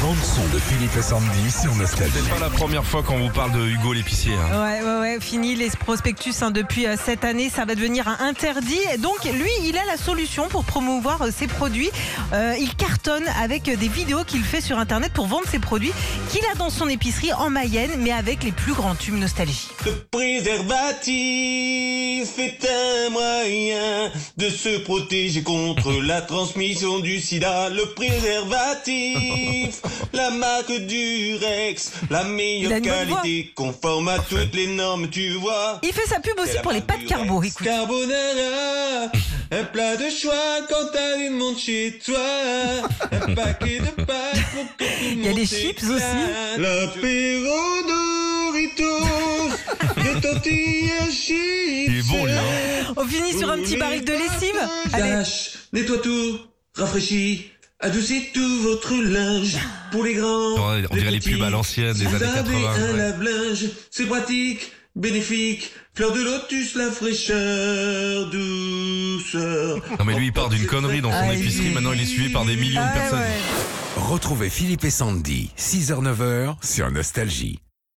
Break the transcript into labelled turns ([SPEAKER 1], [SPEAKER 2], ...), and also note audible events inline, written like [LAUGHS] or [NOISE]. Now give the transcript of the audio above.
[SPEAKER 1] bande son de Philippe et Sandy sur Nostalgie.
[SPEAKER 2] C'est pas la première fois qu'on vous parle de Hugo l'épicier. hein.
[SPEAKER 3] Ouais, ouais, ouais, fini les prospectus hein, depuis euh, cette année, ça va devenir un interdit. Et Donc lui, il a la solution pour promouvoir euh, ses produits. Euh, il cartonne avec euh, des vidéos qu'il fait sur Internet pour vendre ses produits qu'il a dans son épicerie en Mayenne, mais avec les plus grands tubes nostalgie.
[SPEAKER 4] Le préservatif est un moyen de se protéger contre la transmission du sida. Le préservatif, la marque du Rex, la
[SPEAKER 3] Il a
[SPEAKER 4] meilleure
[SPEAKER 3] une bonne
[SPEAKER 4] qualité, conforme à toutes les normes, tu vois.
[SPEAKER 3] Il fait sa pub
[SPEAKER 4] C'est
[SPEAKER 3] aussi
[SPEAKER 4] la
[SPEAKER 3] pour les
[SPEAKER 4] marque
[SPEAKER 3] pâtes
[SPEAKER 4] du
[SPEAKER 3] carbo,
[SPEAKER 4] Rex.
[SPEAKER 3] écoute.
[SPEAKER 4] Carbonara, un plat de choix quand t'as du monde chez toi. Un paquet de pâtes pour que tout le
[SPEAKER 3] y a
[SPEAKER 4] monde
[SPEAKER 3] des chips
[SPEAKER 4] s'éclate.
[SPEAKER 3] aussi.
[SPEAKER 4] L'apéro
[SPEAKER 3] [LAUGHS]
[SPEAKER 4] Doritos, des tortillas chips.
[SPEAKER 2] Il est bon, lui, hein.
[SPEAKER 3] On finit sur un petit baril de lessive. Allez,
[SPEAKER 4] Tâche, nettoie tout, rafraîchis, adoucis tout votre linge. Pour les grands,
[SPEAKER 2] Ouais, on dirait les
[SPEAKER 4] petits,
[SPEAKER 2] pubs à l'ancienne des
[SPEAKER 4] vous
[SPEAKER 2] années
[SPEAKER 4] avez
[SPEAKER 2] 80,
[SPEAKER 4] un
[SPEAKER 2] ouais.
[SPEAKER 4] lave-linge, c'est pratique, bénéfique. Fleur de lotus, la fraîcheur, douceur.
[SPEAKER 2] Non mais lui il part d'une connerie dans son
[SPEAKER 3] Ah, il-
[SPEAKER 2] épicerie, maintenant il est suivi par des millions de
[SPEAKER 3] Ah,
[SPEAKER 2] personnes.
[SPEAKER 3] ouais.
[SPEAKER 1] Retrouvez Philippe et Sandy, 6h-9h sur Nostalgie.